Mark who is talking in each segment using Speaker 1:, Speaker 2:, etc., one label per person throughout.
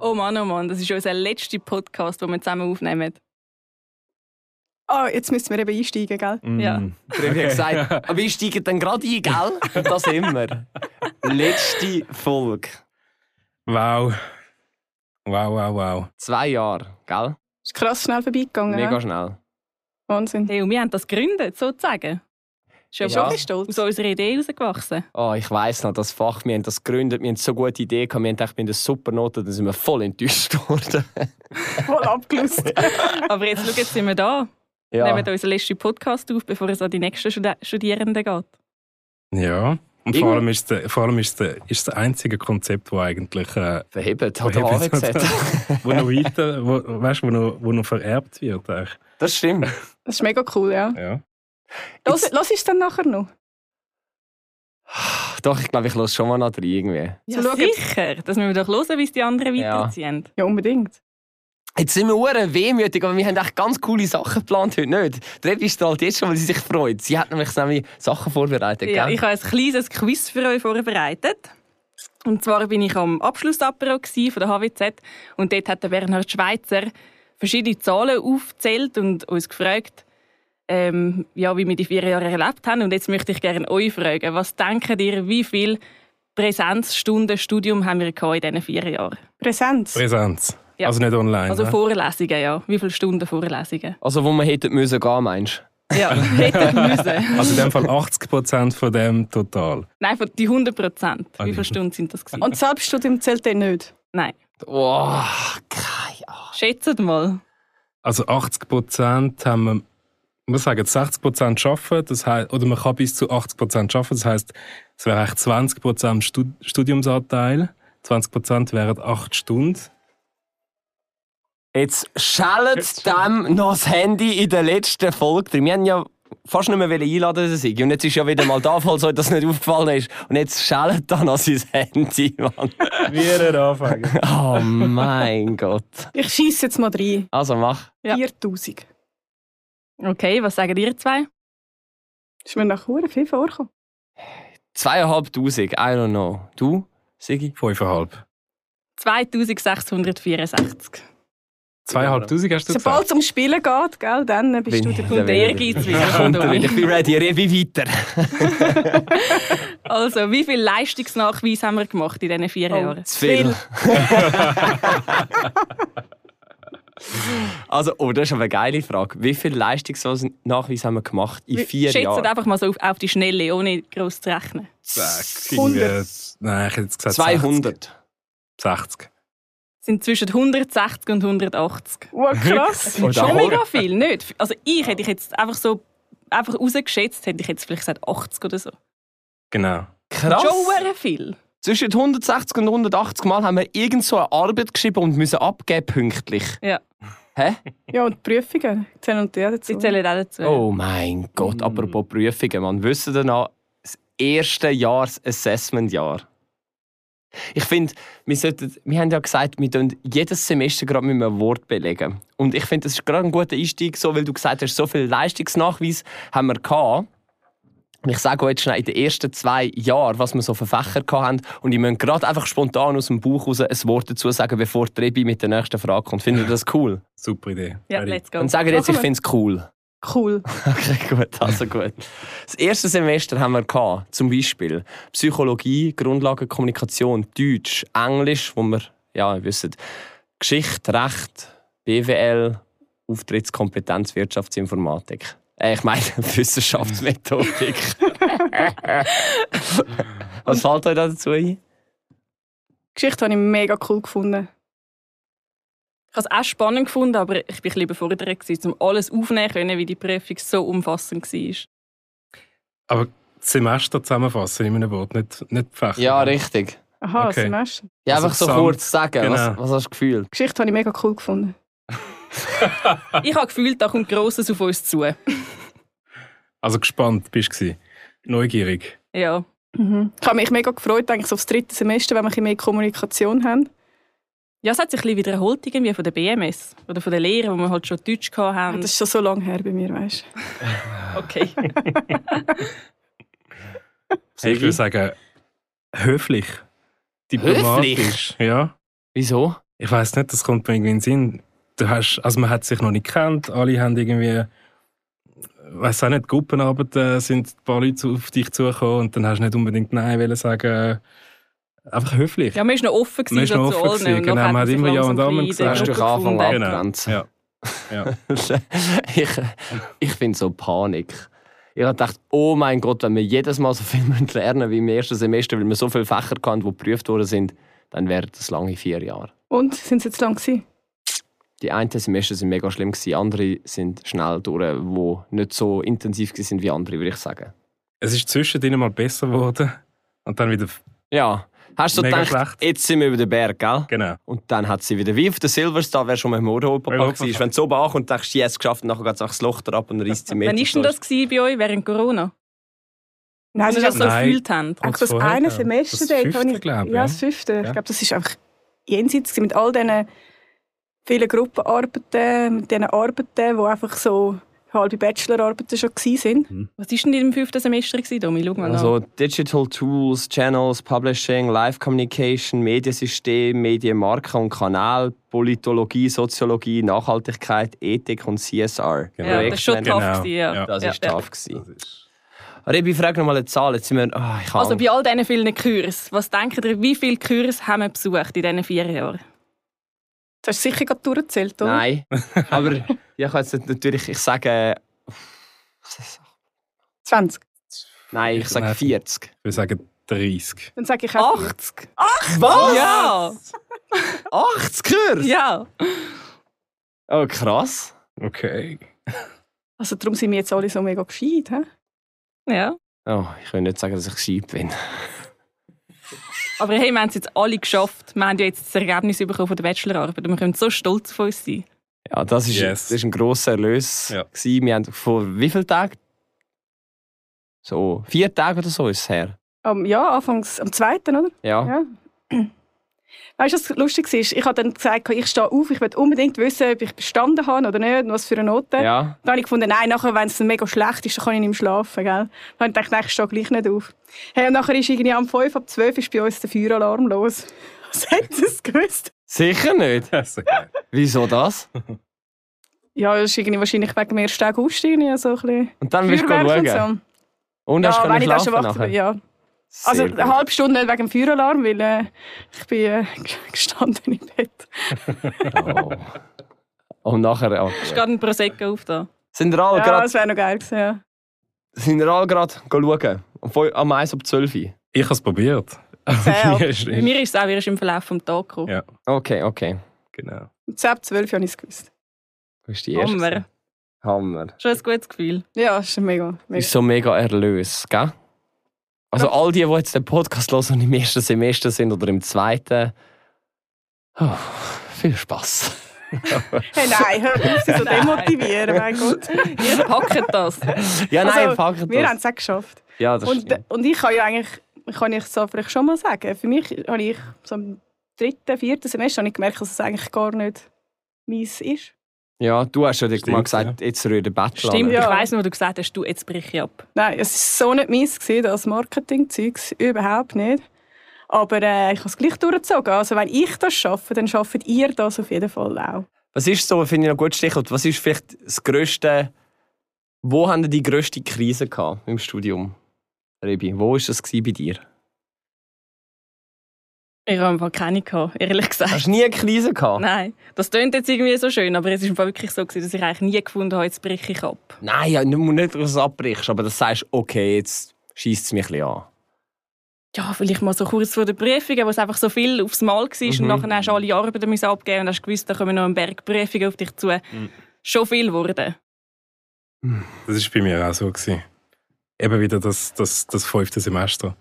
Speaker 1: Oh Mann, oh Mann, das ist unser letzter Podcast, den wir zusammen aufnehmen.
Speaker 2: Ah, jetzt müssen wir eben einsteigen, gell?
Speaker 1: Ja.
Speaker 3: Mm.
Speaker 4: Ich habe gesagt, aber wir steigen dann gerade ein, gell? Und das immer. Letzte Folge.
Speaker 3: Wow. Wow, wow, wow.
Speaker 4: Zwei Jahre, gell?
Speaker 2: Ist krass schnell vorbeigegangen.
Speaker 4: Mega
Speaker 2: ja?
Speaker 4: schnell.
Speaker 2: Wahnsinn.
Speaker 1: Hey, und wir haben das gegründet, sozusagen. Schon
Speaker 2: Bist du
Speaker 4: Ja.
Speaker 2: auch ein bisschen
Speaker 1: aus
Speaker 2: stolz?
Speaker 1: unserer Idee herausgewachsen.
Speaker 4: Oh, ich weiss noch, das Fach, wir haben das gegründet, wir haben so gute Ideen gehabt, wir haben gedacht, wir haben eine super Note, dann sind wir voll enttäuscht worden.
Speaker 2: Voll abgelöst.
Speaker 1: Aber jetzt, schau, jetzt sind wir da.
Speaker 4: Ja.
Speaker 1: Nehmen unseren letzten Podcast auf, bevor es an die nächsten Studi- Studierenden geht.
Speaker 3: Ja. Und
Speaker 4: Irgend-
Speaker 3: vor allem ist es vor allem ist der, ist das einzige Konzept, wo eigentlich äh,
Speaker 4: Verhebt, hat der
Speaker 3: Verhebt.
Speaker 4: AWZ.
Speaker 3: wo noch weiter, wo, weißt, wo, noch, wo noch vererbt wird. eigentlich.
Speaker 4: Das stimmt.
Speaker 2: Das ist mega cool, ja.
Speaker 3: Ja.
Speaker 2: Los, los ist dann nachher noch.
Speaker 4: Doch, ich glaube, ich lasse schon mal noch rein irgendwie.
Speaker 1: Ja,
Speaker 2: So, schau jetzt-
Speaker 1: sicher. Das müssen wir doch hören, wie es die anderen
Speaker 4: Ja.
Speaker 1: weiterziehen.
Speaker 2: Ja, unbedingt.
Speaker 4: Jetzt sind wir hure wehmütig, aber wir haben echt ganz coole Sachen geplant heute, nicht? Die Rebi strahlt jetzt schon, weil sie sich freut. Sie hat nämlich nämlich Sachen vorbereitet,
Speaker 1: Ja,
Speaker 4: gell?
Speaker 1: ich habe ein kleines Quiz für euch vorbereitet. Und zwar bin ich am Abschlussapero gsi von der HWZ und dort hat der Bernhard Schweizer verschiedene Zahlen aufgezählt und uns gefragt, ähm, ja, wie wir die vier Jahre erlebt haben. Und jetzt möchte ich gerne euch fragen, was denkt ihr, wie viel Präsenzstunden Studium haben wir gehabt in diesen vier Jahren?
Speaker 2: Präsenz.
Speaker 3: Präsenz.
Speaker 1: Ja.
Speaker 3: Also nicht online.
Speaker 1: Also
Speaker 3: ne?
Speaker 1: Vorlesungen, ja. Wie viele Stunden Vorlesungen?
Speaker 4: Also, wo wir hätten müssen gehen, meinst du?
Speaker 1: Ja, hätten müssen.
Speaker 3: also in dem Fall 80% von dem total.
Speaker 1: Nein, von die 100 Prozent.
Speaker 3: Ah,
Speaker 1: Wie
Speaker 3: die-
Speaker 1: viele Stunden sind das gewesen?
Speaker 2: Und Selbststudium zählt dann eh nicht.
Speaker 1: Nein.
Speaker 4: Wow, keine Ahnung.
Speaker 1: Schätzt mal.
Speaker 3: Also 80% haben wir, ich muss sagen, 60% schaffen, das heißt, oder man kann bis zu 80% schaffen, das heißt, es wäre eigentlich 20% Stud Studiumsanteil. 20% wären 8 Stunden.
Speaker 4: Jetzt schellt dem noch das Handy in der letzten Folge drin. Wir haben ja fast nicht mehr wollen einladen, dass er sei. Und jetzt ist ja wieder mal da, falls euch das nicht aufgefallen ist. Und jetzt schellt da noch sein Handy, Mann.
Speaker 3: Wir werden anfangen.
Speaker 4: Oh mein Gott.
Speaker 2: Ich schieße jetzt mal rein.
Speaker 4: Also, mach.
Speaker 1: Ja.
Speaker 2: 4000.
Speaker 1: Okay, was sagen ihr zwei?
Speaker 2: Ist mir nach Huren viel vorgekommen.
Speaker 4: 2500, I don't know. Du, Sigi?
Speaker 3: 5,5.
Speaker 1: 2664.
Speaker 3: 2'500 hast du gesagt?
Speaker 2: Sobald es um Spielen geht, gell, dann bist du
Speaker 4: Bin ich
Speaker 2: der
Speaker 4: der
Speaker 2: Kunde.
Speaker 1: Und
Speaker 4: Winner.
Speaker 1: er gibt's
Speaker 4: Kommt er wieder.
Speaker 1: wieder.
Speaker 4: Ich bin ready, Revi weiter.
Speaker 1: Also, wie viel Leistungsnachweis haben wir gemacht in diesen vier
Speaker 2: Oh.
Speaker 1: Jahren?
Speaker 4: Zu viel. also, oh, das ist aber eine geile Frage. Wie viel Leistungsnachweis haben wir gemacht in vier
Speaker 1: Schätzt
Speaker 4: Jahren?
Speaker 1: einfach mal so auf, auf die Schnelle, ohne groß zu rechnen.
Speaker 3: Sechs,
Speaker 2: 100.
Speaker 3: irgendwie- Nein, ich hätte jetzt gesagt
Speaker 4: 200.
Speaker 3: 60.
Speaker 1: Es sind zwischen 160 und 180.
Speaker 2: Oh, krass.
Speaker 4: Oder
Speaker 1: Schon
Speaker 4: hol-
Speaker 1: mega viel, nicht? Also, ich hätte ich jetzt einfach so einfach rausgeschätzt, hätte ich jetzt vielleicht gesagt 80 oder so.
Speaker 3: Genau.
Speaker 4: Krass.
Speaker 1: Schon sehr viel.
Speaker 4: Zwischen 160 und 180 Mal haben wir irgend so eine Arbeit geschrieben und müssen abgeben pünktlich.
Speaker 1: Ja.
Speaker 4: Hä?
Speaker 2: Ja, und die Prüfungen zählen und die dazu.
Speaker 1: Sie zählen auch
Speaker 2: Äh.
Speaker 1: dazu.
Speaker 4: Oh mein Gott,
Speaker 2: Mm.
Speaker 4: apropos Prüfungen, man wissen danach das erste Jahres-Assessment-Jahr. Ich finde, wir, sollten, wir haben ja gesagt, wir tun jedes Semester gerade mit einem Wort belegen. Und ich finde, das ist gerade ein guter Einstieg, so, weil du gesagt hast, so viel Leistungsnachweis haben wir gehabt. Und ich sage euch jetzt schnell in den ersten zwei Jahren, was wir so für Fächer gehabt haben. Und ich möchte gerade einfach spontan aus dem Bauch raus ein Wort dazu sagen, bevor die Rebi mit der nächsten Frage kommt. Findet ihr das cool?
Speaker 3: Super Idee.
Speaker 1: Ja,
Speaker 3: Ready.
Speaker 1: let's go.
Speaker 4: Dann sagt ihr jetzt, ich
Speaker 2: Machen wir.
Speaker 4: finde es cool.
Speaker 2: Cool.
Speaker 4: Okay, gut, also gut. Das erste Semester haben wir gehabt, zum Beispiel Psychologie, Grundlagen, Kommunikation, Deutsch, Englisch, wo wir, ja, ihr wisst, Geschichte, Recht, BWL, Auftrittskompetenz, Wirtschaftsinformatik. Äh, ich meine Wissenschaftsmethodik. Was fällt euch da dazu ein?
Speaker 2: Die Geschichte habe ich mega cool gefunden.
Speaker 1: Ich habe es auch spannend gefunden, aber ich war ein bisschen überfordert, gewesen, um alles aufnehmen können, wie die Prüfung so umfassend war.
Speaker 3: Aber das Semester zusammenfassen in einem Wort, nicht, nicht die Fächer.
Speaker 4: richtig.
Speaker 2: Aha,
Speaker 3: Okay.
Speaker 2: Semester.
Speaker 4: Ja,
Speaker 3: Also
Speaker 4: einfach so
Speaker 3: gesamt-
Speaker 4: kurz sagen, was,
Speaker 3: genau.
Speaker 4: was hast du gefühlt?
Speaker 2: Die Geschichte habe ich mega cool gefunden.
Speaker 1: Ich habe gefühlt, da kommt Grosses auf uns zu.
Speaker 3: Also gespannt bist du. gewesen. Neugierig.
Speaker 1: Ja.
Speaker 2: Mhm. Ich habe mich mega gefreut, eigentlich so aufs dritte Semester, wenn wir ein bisschen mehr Kommunikation haben.
Speaker 1: Ja, es hat sich ein bisschen wiederholt irgendwie von der BMS oder von der Lehre, wo wir halt schon Deutsch hatten.
Speaker 2: Das ist schon so lange her bei mir, weißt du.
Speaker 1: Okay.
Speaker 3: Ich würde sagen, höflich. Diplomatisch.
Speaker 4: Höflich?
Speaker 3: Ja.
Speaker 4: Wieso?
Speaker 3: Ich weiß nicht, das kommt mir irgendwie in den Sinn. Du hast, also man hat sich noch nicht gekannt, alle haben irgendwie, weiß auch nicht, Gruppenarbeiten äh, sind ein paar Leute auf dich zugekommen und dann hast du nicht unbedingt Nein wollen sagen. Einfach höflich.
Speaker 1: Ja, man war noch offen
Speaker 3: Man ist
Speaker 1: gewesen
Speaker 3: noch
Speaker 1: zu
Speaker 3: offen
Speaker 1: allen.
Speaker 3: gewesen,
Speaker 1: und nachher
Speaker 3: genau, man hat
Speaker 1: sich
Speaker 3: immer Ja und
Speaker 1: langsam
Speaker 3: Amen
Speaker 1: ein bisschen in der
Speaker 3: gesagt.
Speaker 4: Hast du dich
Speaker 1: Gruppe
Speaker 4: anfangen
Speaker 1: gefunden.
Speaker 3: Genau.
Speaker 4: abgrenzen?
Speaker 3: Ja. ja.
Speaker 4: ich ich finde so Panik. Ich habe gedacht, oh mein Gott, wenn wir jedes Mal so viel müssen lernen wie im ersten Semester, weil wir so viele Fächer hatten, die geprüft worden sind, dann wären das lange vier Jahre.
Speaker 2: Und, sind sie jetzt lang gewesen?
Speaker 4: Die einen Semester sind mega schlimm, gewesen, andere sind schnell durch, die nicht so intensiv waren wie andere, würde ich sagen.
Speaker 3: Es ist zwischendrin mal besser geworden und dann wieder.
Speaker 4: Ja, hast du so
Speaker 3: Mega
Speaker 4: gedacht,
Speaker 3: schlecht.
Speaker 4: jetzt sind wir über den Berg, gell?
Speaker 3: Genau.
Speaker 4: Und dann hat sie wieder, wie auf der Silverstar, wer schon mal im Europapark
Speaker 3: Europapark.
Speaker 4: war, wenn du so ankommst und denkst, yes, geschafft, und nachher geht es das Loch da ab und reißt sie mit. Also
Speaker 1: Wann war denn das gewesen bei euch während Corona?
Speaker 2: Nein,
Speaker 1: Als ihr das so
Speaker 3: Nein.
Speaker 1: gefühlt habt?
Speaker 2: Ach,
Speaker 3: Kurz
Speaker 2: das
Speaker 3: vorher,
Speaker 2: eine
Speaker 3: ja.
Speaker 2: Semester
Speaker 3: Das
Speaker 2: dort
Speaker 3: fünfte,
Speaker 2: habe ich-
Speaker 3: glaube ich,
Speaker 2: Ja,
Speaker 3: ja.
Speaker 2: das fünfte. Ich
Speaker 3: Ja.
Speaker 2: glaube, das war einfach jenseits gewesen, mit all diesen vielen Gruppenarbeiten, mit diesen Arbeiten, die einfach so halbe Bachelorarbeiten schon waren.
Speaker 1: Was war denn in dem fünften Semester, gewesen, Domi? Schau mal
Speaker 4: Also
Speaker 1: an.
Speaker 4: Digital Tools, Channels, Publishing, Live Communication, Mediensystem, Medienmarke und Kanal, Politologie, Soziologie, Nachhaltigkeit, Ethik und CSR.
Speaker 1: Ja, das war schon tough.
Speaker 4: Projektmanagement.
Speaker 3: Genau.
Speaker 1: Gewesen, ja.
Speaker 3: Ja.
Speaker 4: Das
Speaker 1: ja,
Speaker 4: ist
Speaker 1: ja.
Speaker 4: tough. gewesen. Rebi, frag noch mal eine Zahl. Jetzt sind wir, ah, ich hab
Speaker 1: Also
Speaker 4: Angst.
Speaker 1: bei all diesen vielen Kursen, was denkt ihr, wie viele Kurse haben wir besucht in diesen vier Jahren?
Speaker 2: Das hast du sicher gerade durchgezählt, oder?
Speaker 4: Nein, aber ja, ich kann jetzt nicht- natürlich, ich sage, äh,
Speaker 2: 20.
Speaker 4: nein, ich
Speaker 3: Ich
Speaker 4: sage
Speaker 3: weiß
Speaker 4: 40.
Speaker 3: Ich würde sagen 30.
Speaker 2: Dann sage ich auch
Speaker 1: 80?
Speaker 4: Was?
Speaker 1: Ja!
Speaker 4: 80 Kurs?
Speaker 1: Ja!
Speaker 4: Oh, krass.
Speaker 3: Okay.
Speaker 2: Also darum sind wir jetzt alle so mega gescheit. He?
Speaker 1: Ja.
Speaker 4: Oh, ich will nicht sagen, dass ich gescheit bin.
Speaker 1: Aber hey, wir haben es jetzt alle geschafft. Wir haben ja jetzt das Ergebnis bekommen von der Bachelorarbeit und wir können so stolz auf uns sein.
Speaker 4: Ja, das ist,
Speaker 3: Yes.
Speaker 4: das ist ein grosser Erlös.
Speaker 3: Ja.
Speaker 4: gewesen. Wir haben vor wie vielen Tagen? So, vier Tage oder so ist es her.
Speaker 2: Am, ja, anfangs am zweiten, oder?
Speaker 4: Ja.
Speaker 2: Ja. Weißt du, was lustig war? Ich habe dann gesagt, ich stehe auf, ich will unbedingt wissen, ob ich bestanden habe oder nicht und was für eine Note.
Speaker 4: Ja.
Speaker 2: Dann habe ich gefunden, nein, nachher, wenn es dann mega schlecht ist, dann kann ich nicht mehr schlafen. Gell? Dann habe ich gedacht, nein, ich stehe gleich nicht auf. Hey, und nachher ist irgendwie am 5, ab 12 ist bei uns der Feueralarm los. Was hättest du es gewusst?
Speaker 4: Sicher nicht.
Speaker 3: Das ist okay.
Speaker 4: Wieso das?
Speaker 2: Ja, das ist irgendwie wahrscheinlich wegen dem 1. August. Irgendwie, so ein bisschen
Speaker 4: Und dann willst du
Speaker 2: Feuerwerk
Speaker 4: schauen.
Speaker 2: und
Speaker 4: Und, hast
Speaker 2: Ja,
Speaker 4: können
Speaker 2: wenn ich da schon
Speaker 4: schlafen
Speaker 2: wach
Speaker 4: nachher.
Speaker 2: bin, ja.
Speaker 4: Sehr
Speaker 2: Also
Speaker 4: gut.
Speaker 2: eine halbe Stunde nicht wegen dem Feueralarm, weil äh, ich bin äh, gestanden im Bett. halt.
Speaker 4: oh. Und nachher auch.
Speaker 1: Ist gerade ein Prosecco auf da.
Speaker 4: Sind wir alle
Speaker 2: Ja,
Speaker 4: gerade
Speaker 2: das wäre noch geil gewesen, ja.
Speaker 4: sind wir alle gerade schauen? Am Feu- Am 1 ab 12 Uhr.
Speaker 3: Ich habe es probiert.
Speaker 2: Sehr.
Speaker 3: Mir ist
Speaker 1: Bei
Speaker 3: nicht.
Speaker 1: mir ist es auch erst im Verlauf des Tages gekommen.
Speaker 3: Ja.
Speaker 4: Okay, okay.
Speaker 3: Genau.
Speaker 2: Um 10, 12 habe ich es gewusst.
Speaker 4: Du bist die Erste.
Speaker 1: Hammer.
Speaker 4: Hammer.
Speaker 1: Schon ein gutes Gefühl.
Speaker 2: Ja, das ist mega. mega.
Speaker 4: ist so mega Erlös, gell? Also all die, die jetzt den Podcast hören und im ersten Semester sind oder im zweiten, oh, viel Spaß.
Speaker 2: Hey, nein, hör auf, sie so demotivieren, mein Gott.
Speaker 1: Ihr packt das.
Speaker 4: Ja, nein,
Speaker 2: Also,
Speaker 4: packt
Speaker 2: Wir
Speaker 4: das.
Speaker 2: haben es auch geschafft.
Speaker 4: ja, das
Speaker 2: Und,
Speaker 4: stimmt.
Speaker 2: und ich kann ja eigentlich, kann ich so vielleicht schon mal sagen, für mich habe ich so im dritten, vierten Semester habe ich gemerkt, dass es eigentlich gar nicht meins ist.
Speaker 4: Ja, du hast ja dir
Speaker 3: Stimmt,
Speaker 4: mal gesagt, jetzt rühre den Bachelor.
Speaker 1: Stimmt,
Speaker 2: Ja.
Speaker 1: ich weiss noch, wo du gesagt hast, du, jetzt brich ich ab.
Speaker 2: Nein, es war so nicht meins, gewesen, das Marketing-Zeugs, überhaupt nicht. Aber äh, ich habe es gleich durchgezogen. Also wenn ich das schaffe, dann schafft ihr das auf jeden Fall auch.
Speaker 4: Was ist so, finde ich noch gut Stichwort, was ist vielleicht das grösste, wo haben die grösste Krise gehabt im Studium? Rebi, wo war das gewesen bei dir?
Speaker 1: Ich habe einfach keine gehabt, ehrlich gesagt.
Speaker 4: Hast du nie eine Krise gehabt?
Speaker 1: Neim, das tönt jetzt irgendwie so schön, aber es ist im Fall wirklich so, gewesen, dass ich eigentlich nie gefunden habe, jetzt brich ich ab.
Speaker 4: Nein, ja, du musst nicht, dass du es abbrichst, aber dass du sagst, okay, jetzt schießt es mich ein bisschen an.
Speaker 1: Ja, vielleicht mal so kurz vor der Prüfung, wo es einfach so viel aufs Mal war
Speaker 4: Mhm.
Speaker 1: und nachher hast du alle Arbeiten müssen abgeben und hast gewusst, da kommen noch ein Berg Prüfungen auf dich zu.
Speaker 4: Mhm.
Speaker 1: Schon viel wurde.
Speaker 3: Das war bei mir auch so. Gewesen. Eben wieder das, das, das fünfte Semester.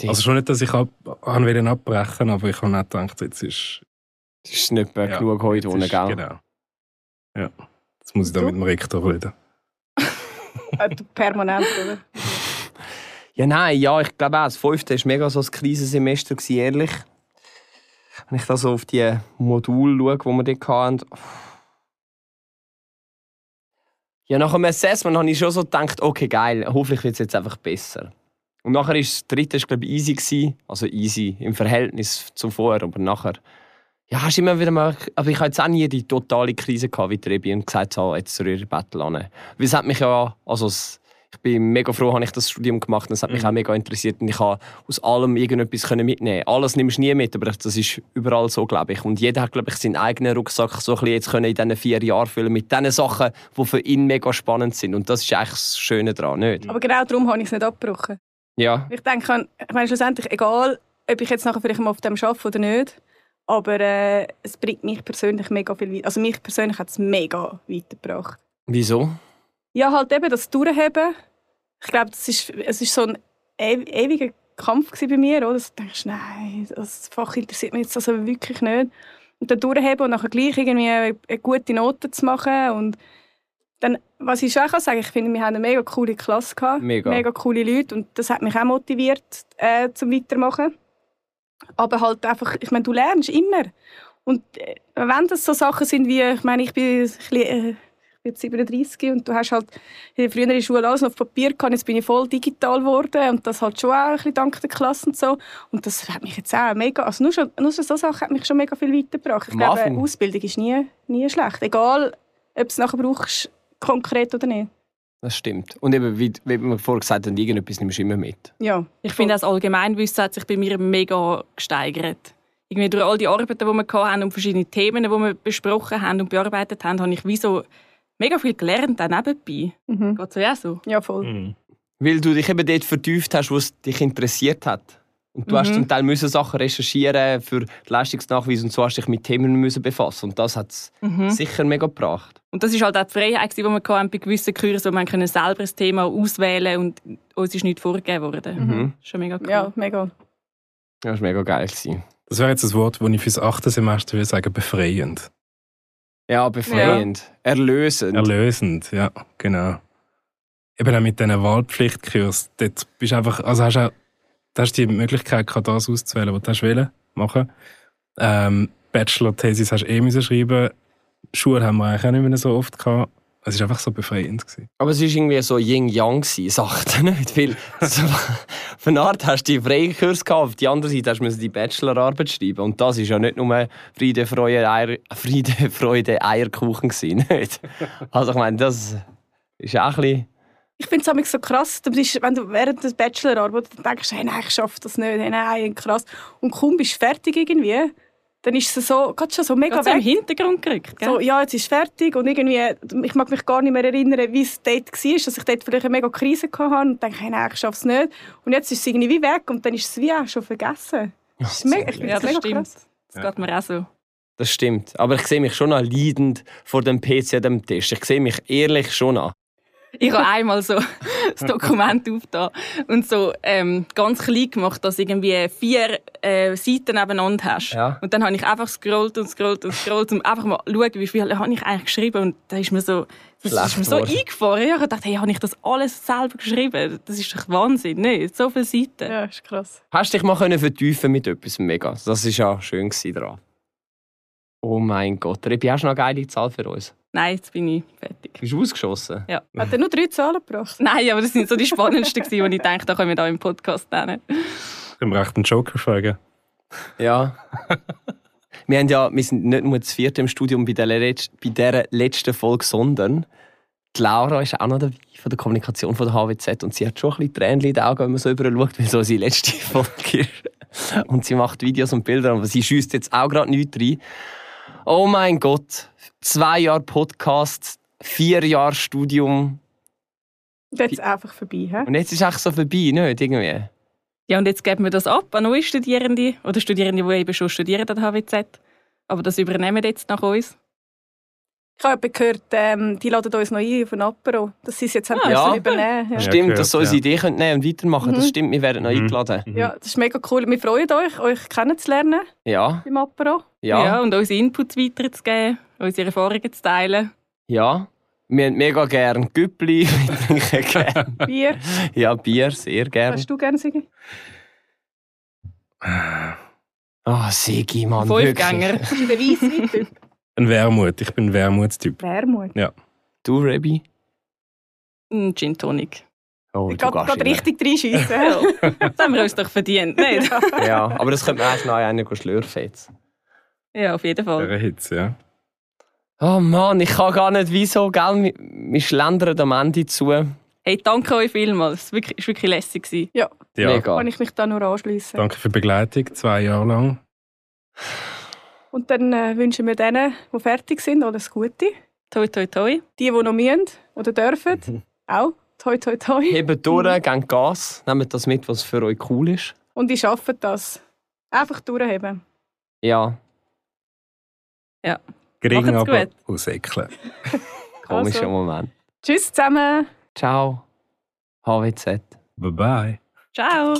Speaker 4: Die-
Speaker 3: Also schon nicht, dass ich ab, an wollen abbrechen aber ich habe auch gedacht, jetzt ist...
Speaker 4: Das ist nicht mehr
Speaker 3: Ja,
Speaker 4: genug heute
Speaker 3: jetzt
Speaker 4: ohne
Speaker 3: ist-
Speaker 4: Geld.
Speaker 3: Genau. Ja. Jetzt muss ich da
Speaker 2: Du?
Speaker 3: mit dem Rektor reden.
Speaker 2: Äh, du permanent, oder?
Speaker 4: Mhm. Ja, nein, ja, ich glaube auch, das fünfte war mega so das Krisensemester, gewesen, ehrlich. Wenn ich da so auf die Module schaue, die wir dort hatten. Ja, nach dem Assessment habe ich schon so gedacht, okay, geil, hoffentlich wird es jetzt einfach besser. Und nachher ist das dritte, ist, glaube ich, easy gewesen. Also easy im Verhältnis zu vorher, aber nachher. Ja, hast immer wieder mal. Aber ich habe jetzt auch nie die totale Krise gehabt, wie die Rebi und gesagt hat, jetzt zur ihrer Battle an. Weil es hat mich ja. Also es, ich bin mega froh, habe ich das Studium gemacht und es hat mich auch mega interessiert. Und ich habe aus allem irgendetwas können mitnehmen Alles nimmst du nie mit, aber das ist überall so, glaube ich. Und jeder hat, glaube ich, seinen eigenen Rucksack so ein bisschen jetzt können in diesen vier Jahren füllen mit diesen Sachen, die für ihn mega spannend sind. Und das ist eigentlich das Schöne daran, nicht?
Speaker 2: Aber genau darum habe ich es nicht abgebrochen.
Speaker 4: Ja.
Speaker 2: Ich denke, ich meine, schlussendlich, egal, ob ich jetzt nachher vielleicht mal auf dem arbeite oder nicht, aber äh, es bringt mich persönlich mega viel weiter. Also mich persönlich hat es mega weitergebracht.
Speaker 4: Wieso?
Speaker 2: Ja, halt eben das Durchheben. Ich glaube, das ist, es ist so ein ew- ewiger Kampf gewesen bei mir, oder? Dass Du denkst, nein, das Fach interessiert mich jetzt also wirklich nicht. Und dann durchheben und nachher gleich irgendwie eine gute Note zu machen und dann, was ich schon auch sagen kann, ich finde, wir haben eine mega coole Klasse gehabt.
Speaker 4: Mega.
Speaker 2: mega coole Leute und das hat mich auch motiviert, äh, zum Weitermachen. Aber halt einfach, ich meine, du lernst immer. Und äh, wenn das so Sachen sind wie, ich meine, ich bin, ein bisschen, äh, ich bin jetzt 37 und du hast halt in der früheren Schule alles noch auf Papier gehabt, jetzt bin ich voll digital geworden und das halt schon auch ein bisschen dank der Klasse und so. Und das hat mich jetzt auch mega, also nur schon, nur schon so Sachen hat mich schon mega viel weitergebracht. Ich
Speaker 4: Am
Speaker 2: glaube,
Speaker 4: Anfang.
Speaker 2: Ausbildung ist nie, nie schlecht, egal ob es nachher brauchst, konkret oder nicht.
Speaker 4: Das stimmt. Und eben, wie, wie wir vorher gesagt haben, irgendetwas nimmst du immer mit.
Speaker 2: Ja,
Speaker 1: Ich finde, das Allgemeinwissen hat sich bei mir mega gesteigert. Irgendwie durch all die Arbeiten, die wir hatten und verschiedene Themen, die wir besprochen haben und bearbeitet haben, habe ich wie so mega viel gelernt dann nebenbei.
Speaker 2: Mhm.
Speaker 1: Geht so ja so.
Speaker 2: Ja, voll.
Speaker 4: Weil du dich eben dort vertieft hast, wo es dich interessiert hat. Und du hast zum Teil müssen Sachen recherchieren für den Leistungsnachweis und so hast dich mit Themen müssen befassen. Und das hat es
Speaker 2: Mhm.
Speaker 4: sicher mega gebracht.
Speaker 1: Und das war halt auch die Freiheit, die wir hatten bei gewissen Kursen, wo wir können selber das Thema auswählen und uns ist nichts vorgegeben worden.
Speaker 4: Mhm.
Speaker 1: Schon mega cool.
Speaker 2: Ja, mega.
Speaker 4: Das war mega geil. Gewesen.
Speaker 3: Das wäre jetzt ein Wort, das ich fürs achte Semester würde sagen, befreiend.
Speaker 4: Ja, befreiend. Erlösend.
Speaker 3: Erlösend, ja, genau. Eben auch mit diesen Wahlpflichtkurs, dort bist du einfach, also hast auch, du hast die Möglichkeit gehabt, das auszuwählen, was du hast wollen, machen. Ähm, Bachelor-Thesis hast du eh müssen schreiben. Schule haben wir eigentlich auch nicht mehr so oft gehabt. Es war einfach so befreiend. Gewesen.
Speaker 4: Aber es war irgendwie so Yin-Yang, gewesen, sagt er nicht. Weil so, auf eine Art hast du die Freikurs gehabt, auf die andere Seite hast du die Bachelorarbeit schreiben. Und das war ja nicht nur Friede, Freude, Eier, Friede, Freude, Eierkuchen. Gewesen, nicht? Also ich meine, das ist auch ein bisschen...
Speaker 2: Ich finde es manchmal so krass, du bist, wenn du während der Bachelorarbeit dann denkst, hey, nein, ich schaffe das nicht, hey, nein, krass. Und kaum bist du fertig irgendwie, dann ist es so, gerade schon so mega
Speaker 1: Gerade so im
Speaker 2: weg.
Speaker 1: Hintergrund gerückt. Gell?
Speaker 2: So, ja, jetzt ist es fertig und irgendwie, ich mag mich gar nicht mehr erinnern, wie es dort war, dass ich dort vielleicht eine mega Krise hatte und denke, hey, nein, ich schaffe es nicht. Und jetzt ist es irgendwie wie weg und dann ist es wie auch schon vergessen. Das ist mega, ich finde
Speaker 1: Ja,
Speaker 2: es
Speaker 1: das
Speaker 2: mega
Speaker 1: stimmt.
Speaker 2: krass.
Speaker 1: Das geht mir auch so.
Speaker 4: Das stimmt. Aber ich sehe mich schon an leidend vor dem PC an dem Tisch. Ich sehe mich ehrlich schon an.
Speaker 1: Ich habe einmal so das Dokument aufgetan und so ähm, ganz klein gemacht, dass du irgendwie vier äh, Seiten nebeneinander hast.
Speaker 4: Ja.
Speaker 1: Und dann habe ich einfach scrollt und scrollt und scrollt, um einfach mal zu schauen, wie viel habe ich eigentlich geschrieben. Und da ist mir so, das
Speaker 4: Schlecht
Speaker 1: ist mir so
Speaker 4: geworden.
Speaker 1: eingefahren. Ich habe gedacht, hey, habe ich das alles selber geschrieben? Das ist doch Wahnsinn, ne? So viele Seiten.
Speaker 2: Ja, ist krass.
Speaker 4: Hast dich mal können vertiefen mit etwas mega. Das ist ja schön gewesen dran. Oh mein Gott, Rebi, hast du noch eine geile Zahl für uns?
Speaker 1: Nein, jetzt bin ich fertig.
Speaker 4: Bist du ausgeschossen?
Speaker 2: Hat er nur drei Zahlen gebracht?
Speaker 1: Nein, aber das sind so die spannendsten, gewesen, die ich dachte, da können wir da im Podcast nennen.
Speaker 3: Können wir echt einen Joker fragen?
Speaker 4: Ja. wir, haben ja wir sind nicht nur das vierte im Studium bei der, Letz bei der letzten Folge, sondern die Laura ist auch noch dabei von der Kommunikation von der HWZ und sie hat schon ein bisschen Tränen in den Augen, wenn man so drüber schaut, weil so unsere letzte Folge ist. Und sie macht Videos und Bilder, aber sie schießt jetzt auch gerade nichts rein. Oh mein Gott, zwei Jahre Podcast, vier Jahre Studium
Speaker 2: Und jetzt ist es einfach vorbei. He?
Speaker 4: und jetzt ist es echt so vorbei, nicht? Irgendwie.
Speaker 1: Ja, und jetzt geben wir das ab an neue Studierende oder Studierende, die eben schon studieren an der HWZ. Aber das übernehmen jetzt nach uns.
Speaker 2: Ich habe eben gehört, ähm, die laden uns noch ein auf ein Apero, dass sie es
Speaker 1: Ah,
Speaker 2: jetzt haben
Speaker 4: Ja.
Speaker 2: müssen übernehmen ja.
Speaker 3: Ja,
Speaker 4: Stimmt,
Speaker 3: gehört,
Speaker 4: dass so unsere
Speaker 3: ja.
Speaker 4: Idee könnt nehmen und weitermachen. Das
Speaker 2: Mhm.
Speaker 4: stimmt, wir werden noch
Speaker 3: Mhm.
Speaker 4: eingeladen.
Speaker 2: ja, das ist mega cool. Wir freuen uns, euch kennenzulernen
Speaker 4: Ja,
Speaker 2: im Apero.
Speaker 4: ja.
Speaker 1: und unsere Inputs weiterzugeben, unsere Erfahrungen zu teilen.
Speaker 4: Ja, wir haben mega gerne Güppli, wir trinken gerne
Speaker 2: Bier.
Speaker 4: ja, Bier, sehr gerne.
Speaker 2: Hast du gerne singen?
Speaker 4: Ah, Sigi, Mann. wirklich.
Speaker 1: Fünfgänger.
Speaker 2: Beweis weiter.
Speaker 3: Ein Wermut. Ich bin ein Wermutstyp.
Speaker 2: Wermut.
Speaker 4: Du, Rebi?
Speaker 1: Ein Gin Tonic.
Speaker 4: Oh,
Speaker 2: Geht geht richtig reinschiessen.
Speaker 1: Ja. Das haben wir uns doch verdient, Oh, nicht?
Speaker 4: Ja, aber das könnte man erst noch einen schlürfen jetzt.
Speaker 1: Ja, auf jeden Fall.
Speaker 3: Der Hitze, ja.
Speaker 4: Oh Mann, ich kann gar nicht wieso, gell? Wir- Wir schlendern am Ende zu.
Speaker 1: Hey, danke euch vielmals. Es war wirklich, es war wirklich lässig. gewesen.
Speaker 3: ja.
Speaker 4: Mega.
Speaker 2: Kann ich mich da nur anschliessen.
Speaker 3: Danke für die Begleitung, zwei Jahre lang.
Speaker 2: Und dann äh, wünschen wir denen, die fertig sind, alles Gute.
Speaker 1: Toi, toi, toi.
Speaker 2: Die, die noch müssen oder dürfen,
Speaker 3: Mhm.
Speaker 2: auch. Toi, toi, toi.
Speaker 4: Hebt durch, gebt Gas, nehmt das mit, was für euch cool ist.
Speaker 2: Und die schaffen das. Einfach durchheben.
Speaker 4: Ja,
Speaker 3: Gering,
Speaker 1: Macht's
Speaker 3: aber
Speaker 1: gut.
Speaker 3: ausäckeln.
Speaker 4: komischer
Speaker 2: Also.
Speaker 4: Moment.
Speaker 2: Tschüss zusammen.
Speaker 4: Ciao. HWZ.
Speaker 3: Bye-bye.
Speaker 1: Ciao.